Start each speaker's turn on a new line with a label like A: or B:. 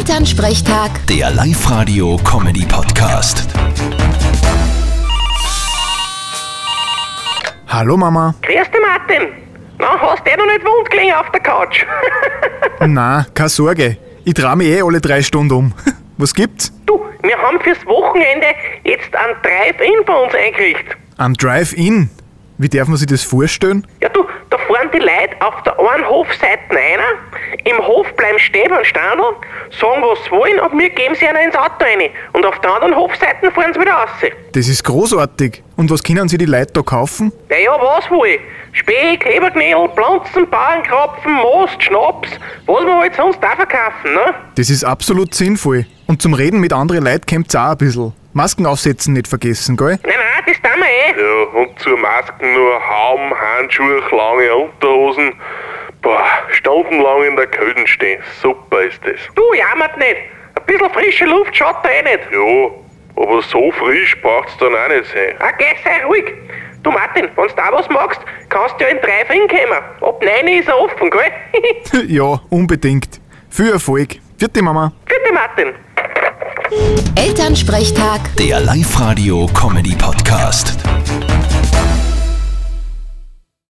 A: Elternsprechtag,
B: Der Live-Radio-Comedy-Podcast.
C: Hallo Mama.
D: Grüß dich, Martin. Na, hast du eh noch nicht wund gelegen auf der Couch?
C: Na, keine Sorge. Ich trau mich eh alle drei Stunden um. Was gibt's?
D: du, wir haben fürs Wochenende jetzt einen Drive-In bei uns eingerichtet.
C: Ein Drive-In. Wie darf man sich das vorstellen?
D: Ja, du, da fahren die Leute auf der einen Hofseite rein, im Hof bleiben stehen beim Standel, sagen, was sie wollen und wir geben sie einer ins Auto rein. Und auf der anderen Hofseite fahren sie wieder raus.
C: Das ist großartig. Und was können Sie die Leute da kaufen?
D: Naja, was wohl? Speck, Leberknädel, Pflanzen, Bauernkropfen, Most, Schnaps, was wir halt sonst da verkaufen, ne?
C: Das ist absolut sinnvoll. Und zum Reden mit anderen Leuten kommt's auch ein bisschen. Masken aufsetzen nicht vergessen, gell?
D: Nein, nein, das tun wir eh.
E: Ja, und zur Maske nur Haum, Handschuhe, lange Unterhosen. Boah, stundenlang in der Köden stehen. Super ist das.
D: Du jammert nicht. Ein bisschen frische Luft schaut da eh nicht.
E: Ja, aber so frisch braucht's dann auch nicht sein.
D: Ah, geh, sei ruhig. Du Martin, wenn du da was magst, kannst du ja in drei Fällen kommen. Ab neun ist er offen, gell?
C: ja, unbedingt. Viel Erfolg. Vierte Mama.
D: Bitte Martin.
A: Elternsprechtag.
B: Der Live-Radio-Comedy-Podcast.